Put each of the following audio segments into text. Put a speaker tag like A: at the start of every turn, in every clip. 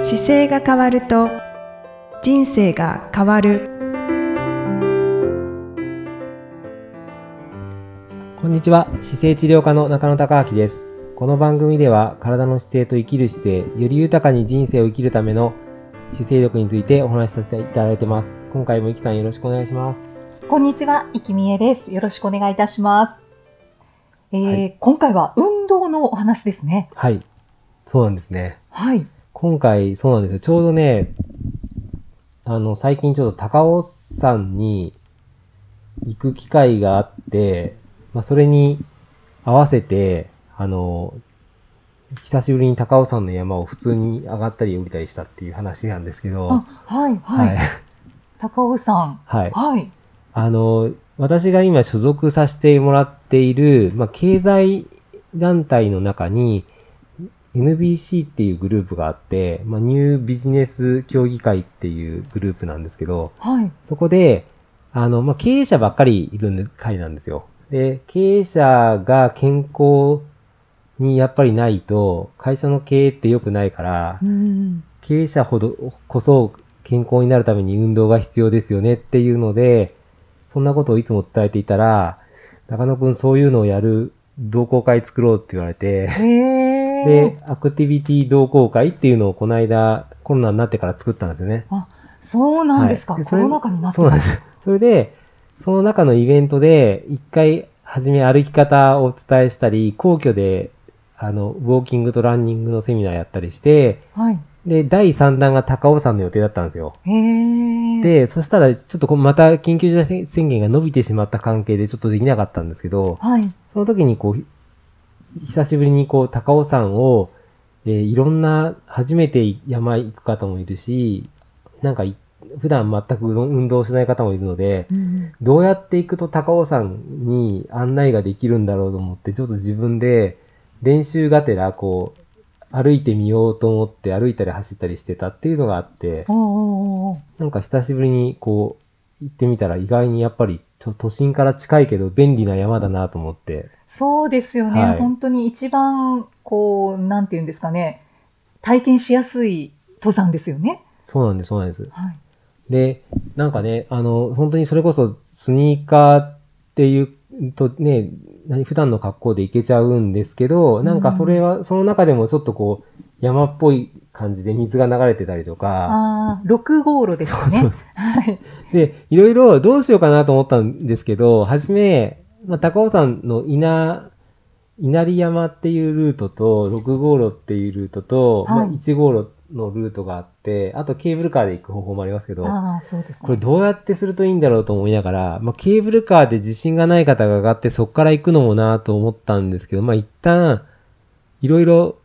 A: 姿勢が変わると人生が変わる
B: こんにちは。姿勢治療科の中野孝明です。この番組では、体の姿勢と生きる姿勢、より豊かに人生を生きるための姿勢力についてお話しさせていただいてます。今回もいきさんよろしくお願いします。
C: こんにちは、いきみえです。よろしくお願いいたします。えー
B: は
C: 今回は運動のお話ですね。
B: はい。そうなんですね。
C: はい。
B: 今回、そうなんですよ。ちょうどね、あの、最近ちょっと高尾山に行く機会があって、まあ、それに合わせて、あの、久しぶりに高尾山の山を普通に上がったり降りたりしたっていう話なんですけど、
C: あ、はい、はい。
B: はい。
C: 高尾さん。
B: はい
C: はい。
B: あの、私が今所属させてもらっている、まあ、経済団体の中に、NBC っていうグループがあって、まあ、ニュービジネス協議会っていうグループなんですけど、
C: はい。
B: そこで、あの、まあ、経営者ばっかりいるんで会なんですよ。で、経営者が健康にやっぱりないと、会社の経営って良くないから
C: う、ん。
B: 経営者ほどこそ健康になるために運動が必要ですよねっていうので、そんなことをいつも伝えていたら、中野くんそういうのをやる同好会作ろうって言われて、
C: へえ
B: で、アクティビティ同好会っていうのをこの間コロナになってから作ったんですよね。
C: そうなんですか。
B: はいで
C: コロナ禍になって
B: そうなんです。それで、その中のイベントで、一回、はじめ歩き方をお伝えしたり、皇居で、あの、ウォーキングとランニングのセミナーやったりして、
C: はい。
B: で、第3弾が高尾山の予定だったんですよ。
C: へえ。
B: で、そしたら、ちょっとこうまた緊急事態宣言が伸びてしまった関係でちょっとできなかったんですけど、
C: はい。
B: その時にこう、久しぶりにこう、高尾山を、えーいろんな、初めて山行く方もいるし、なんかい、普段全く運動しない方もいるので、
C: うん
B: どうやって行くと高尾山に案内ができるんだろうと思って、ちょっと自分で練習がてら、こう、歩いてみようと思って歩いたり走ったりしてたっていうのがあって、
C: おーおーおー
B: なんか久しぶりにこう、行ってみたら意外にやっぱりちょ都心から近いけど便利な山だなと思って、
C: そうですよね。
B: はい
C: 本当に一番、こう、なんていうんですかね。体験しやすい登山ですよね。
B: そうなんです、そうなんです。
C: はい。
B: で、なんかね、あの、本当にそれこそスニーカーっていうとね、何普段の格好で行けちゃうんですけど、なんかそれは、その中でもちょっとこう、山っぽい感じで水が流れてたりとか、
C: ああ、6号路ですよ
B: そう
C: ね。はい。
B: で、いろいろどうしようかなと思ったんですけど、はじめ、まあ、高尾山の稲、稲荷山っていうルートと、6号路っていうルートと、ま
C: はい
B: あ、1号路のルートがあって、あとケーブルカーで行く方法もありますけど、
C: ああ、そうですね。
B: これどうやってするといいんだろうと思いながら、まあ、ケーブルカーで自信がない方が上がってそこから行くのもなと思ったんですけど、まあ、一旦、いろいろ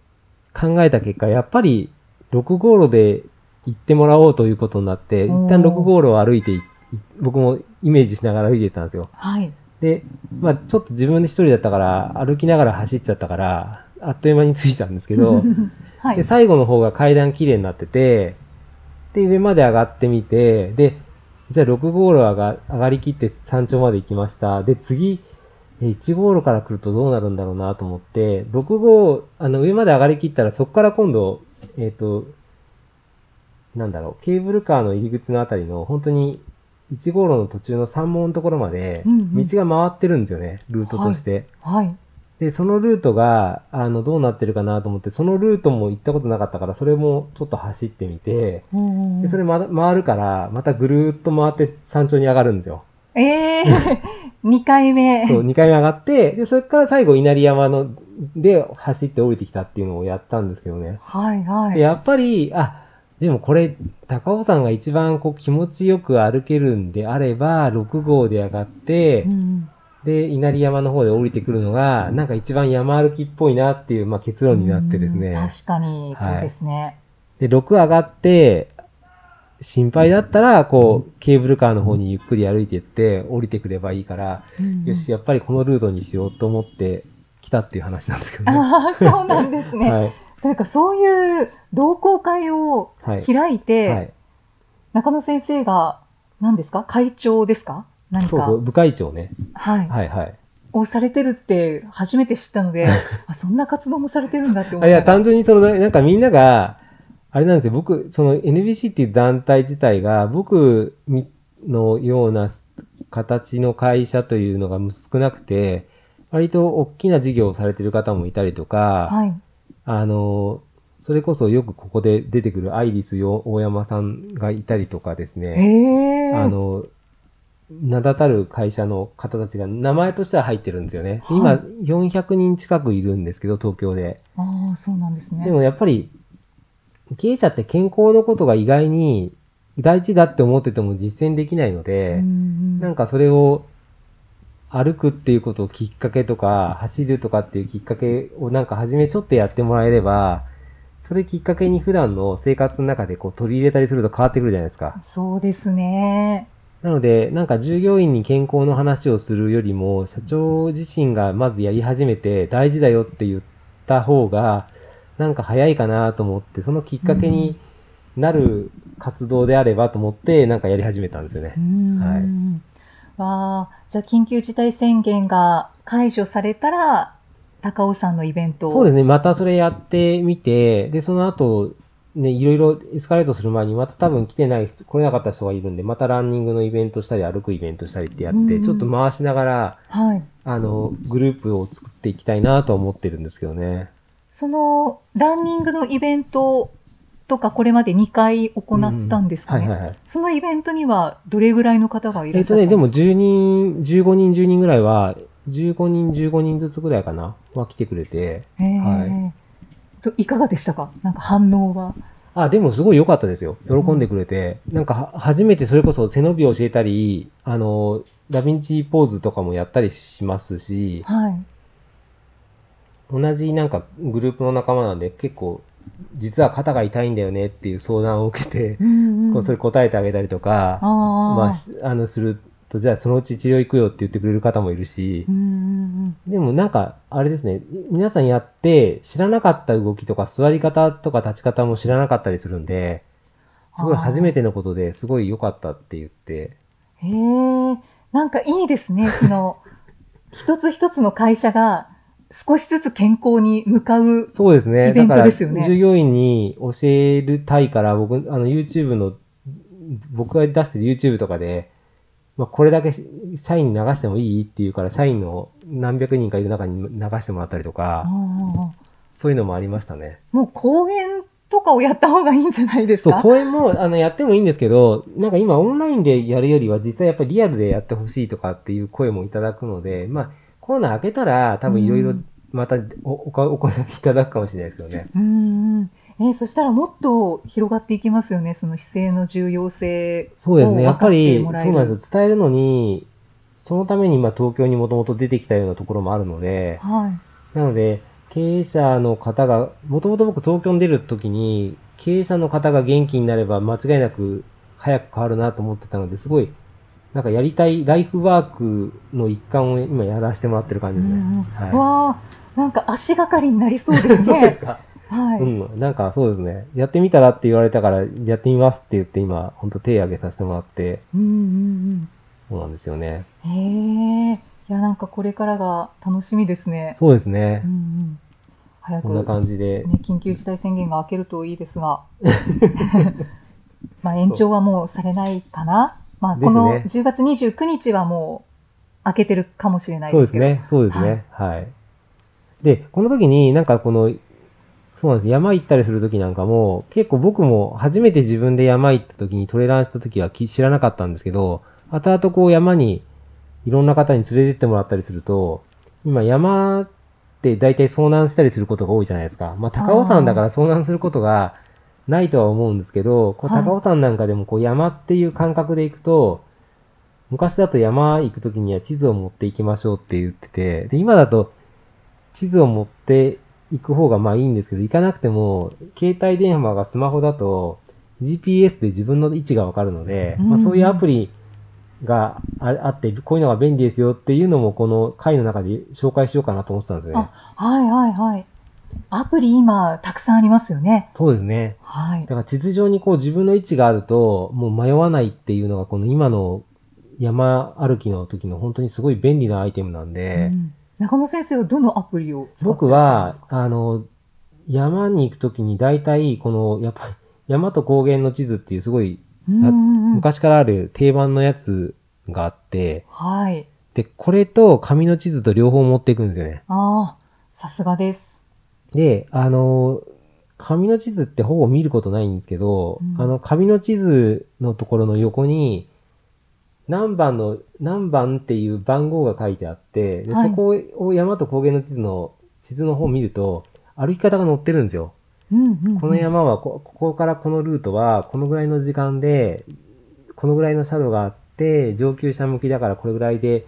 B: 考えた結果、やっぱり6号路で行ってもらおうということになって、一旦6
C: おー
B: 号路を歩いてい、い僕もイメージしながら歩いてたんですよ。
C: はい。
B: で、まあ、ちょっと自分で一人だったから、歩きながら走っちゃったから、あっという間に着いたんですけ ど、
C: は
B: で、
C: い。
B: 最後の方が階段綺麗になってて、で、上まで上がってみて、で、じゃあ6号路上が上がりきって山頂まで行きました。で、次、え1号路から来るとどうなるんだろうなと思って、6号、あの、上まで上がりきったらそこから今度、えっ、と、なんだろう、ケーブルカーの入り口のあたりの、本当に1号路の途中の山門のところまで、
C: うんう
B: 道
C: ん
B: が回ってるんですよね、ルートとして。
C: はい。
B: で、そのルートが、あの、どうなってるかなと思って、そのルートも行ったことなかったから、それもちょっと走ってみて、
C: うん
B: でそれまだ、回るから、またぐるーっと回って山頂に上がるんですよ。
C: ええー、2回 目。
B: そう、2回目上がって、で、それから最後、稲荷山の、で、走って降りてきたっていうのをやったんですけどね。
C: はい
B: で
C: はい。
B: やっぱり、あ、でもこれ、高尾山が一番こう気持ちよく歩けるんであれば、6号で上がって、
C: うん
B: で、稲荷山の方で降りてくるのが、なんか一番山歩きっぽいなっていう、まあ、結論になってですね。
C: うん確かに、そうですね。
B: で、6上がって、心配だったら、こう、ケーブルカーの方にゆっくり歩いてって、降りてくればいいから、
C: うん
B: よし、やっぱりこのルートにしようと思って来たっていう話なんですけどね。
C: ああ、そうなんですね。
B: はい。
C: というか、そういう同好会を
B: はい。
C: 開いて、
B: はい、
C: 中野先生が、何ですか会長ですか何か
B: そうそう、部会長ね。
C: はい。
B: はいはい。
C: をされてるって初めて知ったので、あそんな活動もされてるんだって思
B: あ
C: っ
B: い
C: た
B: や、単純にその、なんかみんなが、あれなんですよ、僕、その NBC っていう団体自体が、僕みのような形の会社というのが少なくて、割と大きな事業をされてる方もいたりとか、
C: はい。
B: あの、それこそよくここで出てくるアイリスよ大山さんがいたりとかです
C: え
B: ね、
C: え
B: あの、名だたる会社の方たちが名前としては入ってるんですよね。
C: は
B: 今
C: い
B: 400人近くいるんですけど、東京で。
C: ああ、そうなんですね。
B: でもやっぱり、経営者って健康のことが意外に大事だって思ってても実践できないので、なん
C: か、
B: かそれを歩くっていうことをきっかけとか、走るとかっていうきっかけをなんか初めちょっとやってもらえれば、それきっかけに普段の生活の中でこう取り入れたりすると変わってくるじゃないですか。
C: そうですね。
B: なので、なんか従業員に健康の話をするよりも、社長自身がまずやり始めて大事だよって言った方が、なんか早いかなと思って、そのきっかけになる活動であればと思って、なんかやり始めたんですよね
C: う。ん。わあ、じゃあ緊急事態宣言が解除されたら、高尾山のイベントを。
B: そうです
C: ね。
B: ね。またそれやってみて、で、その後、ね、いろいろエスカレートする前に、また多分来てない人、来れなかった人がいるんで、またランニングのイベントしたり、歩くイベントしたりってやって、
C: うんうん
B: ちょっと回しながら、
C: はい。
B: あの、グループを作っていきたいなとは思ってるんですけどね。
C: その、ランニングのイベントとか、これまで2回行ったんですか
B: は
C: ね。
B: いはいはい。
C: そのイベントには、どれぐらいの方がいら
B: え
C: っ
B: っ
C: し
B: と
C: ゃった
B: ね、
C: んで
B: です
C: か、
B: も10人、15人、10人ぐらいは、15人、15人ずつぐらいかな、は来てくれて。
C: ええ、
B: はい
C: といかがでしたかなんか反応は。
B: あ、でもすごい良かったですよ。喜んでくれて。なんかは、初めてそれこそ背伸びを教えたり、あの、ダヴィンチポーズとかもやったりしますし、
C: はい。
B: 同じなんかグループの仲間なんで結構、実は肩が痛いんだよねっていう相談を受けて、
C: うん
B: こうそれ答えてあげたりとか、
C: ああ。
B: まあ、しあの、すると、じゃあそのうち治療行くよって言ってくれる方もいるし
C: う、んうんうん。
B: でもなんか、あれですね、皆さんやって知らなかった動きとか座り方とか立ち方も知らなかったりするんで、すごい
C: あー
B: 初めてのことですごい良かったって言って、
C: へえ、なんかいいですね。 その、一つ一つの会社が少しずつ健康に向かう。
B: そうですね。
C: イベント
B: だから
C: ですよね
B: 従業員に教えるたいから、僕、あの、YouTube の、僕が出してる YouTube とかで、まあ、これだけし社員に流してもいいって言うから、社員の何百人かいる中に流してもらったりと
C: あ
B: か、
C: あ
B: そういうのもありましたね。
C: もう講演とかをやった方がいいんじゃないです
B: そう、
C: か
B: 公演も、あの、やってもいいんですけど、なんか今オンラインでやるよりは実際やっぱりリアルでやってほしいとかっていう声もいただくので、まあ、コロナ明けたら多分いろいうろ
C: ん
B: またおおおお声がいただくかもしれないですよね。
C: うんうん。えーそしたらもっと広がっていきますよね。その姿勢の重要性
B: そうですね。やっぱり、
C: もう分かってもらえ
B: そうな
C: る
B: んですよ。伝えるのに、そのために今東京にもともと出てきたようなところもあるので、
C: は
B: なので、経営者の方が、もともと僕東京に出るときに、経営者の方が元気になれば間違いなく早く変わるなと思ってたので、すごい、なんかやりたいライフワークの一環を今やらせてもらってる感
C: い。
B: じですね。
C: うんうん
B: は
C: わあ、なんか足がかりになりそうです
B: い。 そうです
C: ね。
B: か、
C: はい。
B: うん。なんかそうですね。やってみたらって言われたから、やってみますって言って今、ほんと手挙げさせてもらって、
C: うんうん
B: そうなんですよね。
C: うん。へえ。いや、なんかこれからが楽しみですね。
B: そうですね
C: うん。うん。早
B: そんな
C: く
B: 感じで。
C: ね、緊急事態宣言が明けるといいで すが、まあ延長はもうされないかな。まあ、
B: ですね
C: この10月29日はもう明けてるかもしれない
B: そう
C: で
B: ですす
C: けど。
B: ね。そうですね。はい。で、この時になんかこの、そうなんです。山行ったりする時なんかも、結構僕も初めて自分で山行った時にトレランした時はき知らなかったんですけど、後々こう山にいろんな方に連れてってもらったりすると、今山って大体遭難したりすることが多いじゃないですか。まあ高尾山だから遭難することがないとは思うんですけど、こう
C: はい
B: 高尾山なんかでもこう山っていう感覚で行くと、昔だと山行くときには地図を持って行きましょうって言ってて、で、今だと地図を持って行く方がまあいいんですけど、行かなくても、携帯電話がスマホだと GPS で自分の位置がわかるので、
C: うん
B: まあそういうアプリがああって、こういうのが便利ですよっていうのもこの回の中で紹介しようかなと思ってたんですよね。
C: はいはいはい。アプリ今たくさんありますよね。
B: そうですね。
C: はい
B: だ。から地図上にこう自分の位置があると、もう迷わないっていうのがこの今の山歩きの時の本当にすごい便利なアイテムなんで、
C: うん中野先生はどのアプリを使って
B: 僕
C: らっしゃいま
B: は
C: すか、
B: あの、山に行くときに大体、この、やっぱり、 山と高原の地図っていうすごい、
C: うんうんうん。
B: 昔からある定番のやつがあって、
C: はい。
B: で、これと紙の地図と両方持っていくんですよね。
C: ああ、さすがです。
B: で、あの、紙の地図ってほぼ見ることないんですけど、
C: うん
B: あの、紙の地図のところの横に、何番の、何番っていう番号が書いてあって、で
C: はい
B: そこを山と高原の地図の、地図の方を見ると、歩き方が載ってるんですよ。
C: うんうん、うん。
B: この山はこ、ここからこのルートは、このぐらいの時間で、このぐらいの斜度があって、上級者向きだからこれぐらいで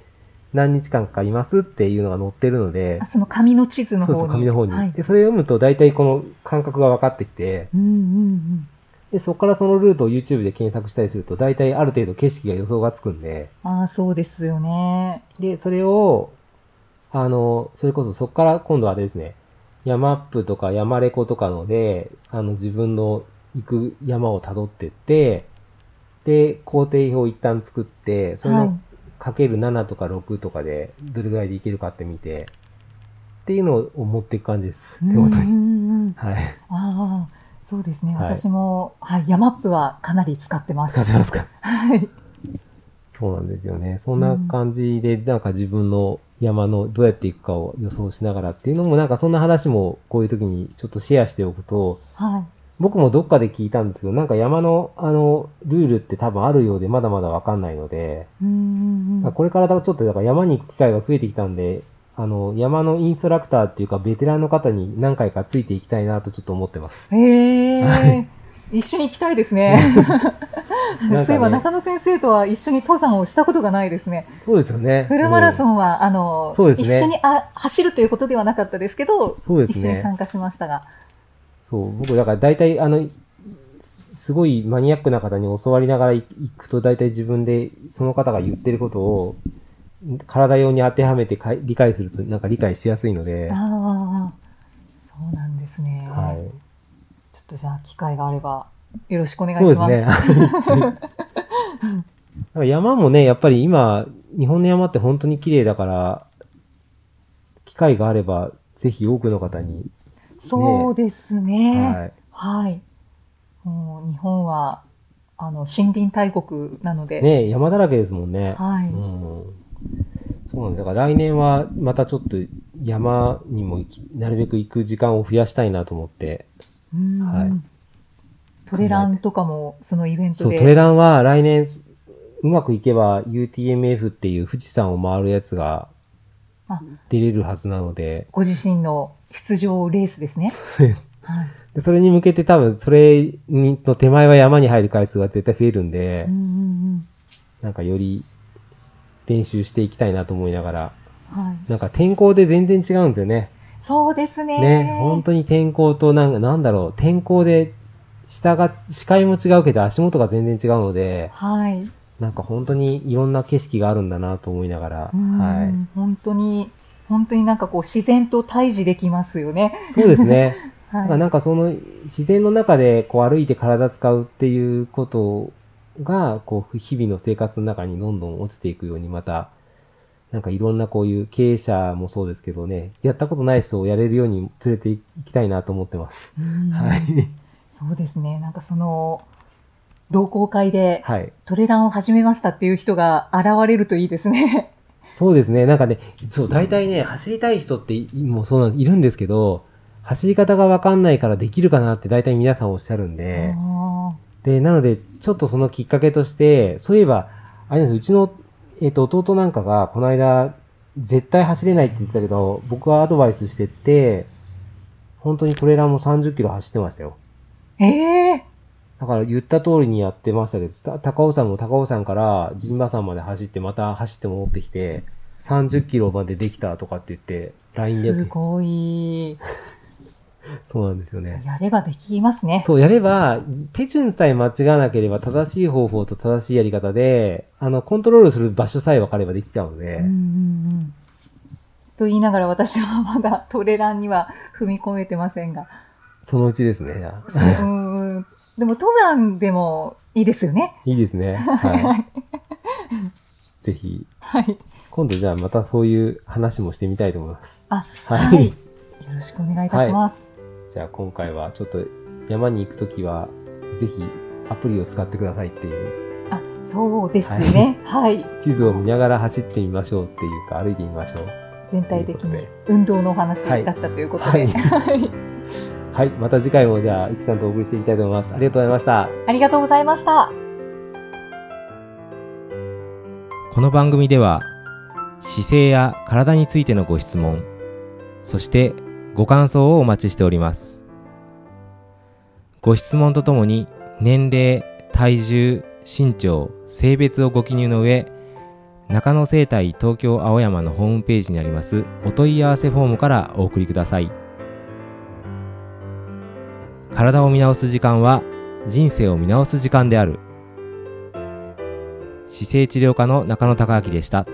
B: 何日間かかりますっていうのが載ってるので
C: あ、その紙の地図の
B: そ
C: 方
B: うそ
C: に。
B: う、紙の方に。
C: はい。
B: で、それを読むと大体この感覚が分かってきて、
C: うんうん
B: で、そこからそのルートを YouTube で検索したりすると、大体ある程度景色が予想がつくんで、
C: うん。ああ、そうですよね。
B: で、それを、あの、それこそそこから今度はあれですね、山アップとか山レコとかので、あの自分の行く山を辿ってって、で、工程表を一旦作って、それ
C: は
B: の
C: い。
B: かける7とか6とかで、どれぐらいでいけるかって見て、っていうのを持っていく感じです。手
C: うんう
B: 元に。
C: んうん。
B: はい。
C: ああ、そうですね。
B: はい
C: 私も、はい、ヤマップはかなり使ってます
B: 使。ってますか
C: はい。
B: そうなんですよね。そんな感じで、なんか自分の山のどうやっていくかを予想しながらっていうのも、なんかそんな話もこういう時にちょっとシェアしておくと、
C: はい。
B: 僕もどっかで聞いたんですけど、なんか山のあの、ルールって多分あるようでまだまだわかんないので、
C: うんうんうん。
B: これからだからちょっとだから山に行く機会が増えてきたんで、あの、山のインストラクターっていうかベテランの方に何回かついていきたいなとちょっと思ってます。
C: へえ。一緒に行きたいですね。
B: なんかね
C: そういえば中野先生とは一緒に登山をしたことがないですね。
B: そうですよね。
C: フルマラソ
B: ン。
C: ンは、あの、
B: そうですね
C: 一緒にあ走るということではなかったですけど、
B: そうです
C: 一
B: ね。
C: 緒に参加しましたが。
B: そう、僕、だから大体、あの、すごいマニアックな方に教わりながら行くと、大体自分でその方が言ってることを、体用に当てはめてかい理解すると、なんか理解しやすいので、は
C: ああ、そうなんですね。
B: い。
C: ちょっとじゃあ、機会があれば、よろしくお願い
B: そう
C: しま。
B: ですすね。 はい山もね、やっぱり今、日本の山って本当に綺麗だから、機会があれば、ぜひ多くの方に、
C: そうですね。
B: は
C: はい。もう日本は、あの、森林大国なので、
B: い。ね、山だらけですもんね。
C: はい。
B: うんそうなんです。だから来年はまたちょっと山にも行き、なるべく行く時間を増やしたいなと思って。
C: うん
B: はい
C: トレランとかも、そのイベン
B: そ
C: ト
B: う、
C: で。
B: トレランは来年、すうまくいけば UTMF っていう富士山を回るやつが
C: あ
B: 出れるはずなので、
C: ご自身の出場レースですね。はい。
B: でそれに向けて多分それにの手前は山に入る回数が絶対増えるんで
C: うん、うん
B: なんかより練習していきたいなと思いながら、
C: うん。はい。
B: なんか天候で全然違うんですよね。
C: そうですね。
B: ね、本当に天候となんか、なんだろう、天候で、下が、視界も違うけど足元が全然違うので、
C: はい。
B: なんか本当にいろんな景色があるんだなと思いながら、
C: う
B: は
C: ん本当に、本当になんかこう自然と対峙できますよね。
B: い。そうですね。だから
C: は
B: なんかその自然の中でこう歩いて体使うっていうことが、こう日々の生活の中にどんどん落ちていくようにまた、なんかいろんなこういう経営者もそうですけどね、やったことない人をやれるように連れていきたいなと思ってます。
C: い。うん
B: はい。
C: そうですね。なんかその、同好会で
B: はい。
C: トレランを始めましたっていう人が現れるといいですね。
B: そうですね。なんかね、そう、大体ね、走りたい人って、いもうそうなんです、いるんですけど、走り方がわかんないからできるかなって大体皆さんおっしゃるんで、
C: あ
B: で、なので、ちょっとそのきっかけとして、そういえば、あれなんですようちの、えっ、と、弟なんかが、この間、絶対走れないって言ってたけど、僕はアドバイスしてって、本当にトレーラーも30キロ走ってましたよ。
C: ーええ
B: だから言った通りにやってましたけど、た高尾山も高尾山から陣馬山まで走って、また走って戻ってきて、30キロまでできたとかって言って、LINE
C: す
B: で。
C: ごい。
B: そうなんですよ
C: そう
B: ね。
C: やればできますね。
B: そう、やれば、手順さえ間違わなければ正しい方法と正しいやり方で、あの、コントロールする場所さえ分かればできちゃうので
C: うんうん、うんと言いながら私はまだトレランには踏み込めてませんが。
B: そのうちですね。
C: うんうんでも登山でもいいですよね。
B: いいですね。 はい。ぜひ、
C: はい。
B: 今度じゃあまたそういう話もしてみたいと思います。
C: あ、
B: はい
C: はい。よろしくお願いいたします。
B: じゃあ今回はちょっと山に行くときは、ぜひアプリを使ってくださいっていう、
C: あ、そうですね。はい。
B: 地図を見ながら走ってみましょうっていうか、歩いてみましょう。
C: 全体的に運動のお話だったということ
B: はい
C: で。はい。
B: はい、また次回もじゃあ、いきさんとお送りしていきたいと思います。ありがとうございました。
C: ありがとうございました。
D: この番組では姿勢や体についてのご質問そしてご感想をお待ちしておりますご質問とともに年齢体重身長性別をご記入の上中野生態東京青山のホームページにありますお問い合わせフォームからお送りください体を見直す時間は人生を見直す時間である姿勢治療科の中野孝明でした。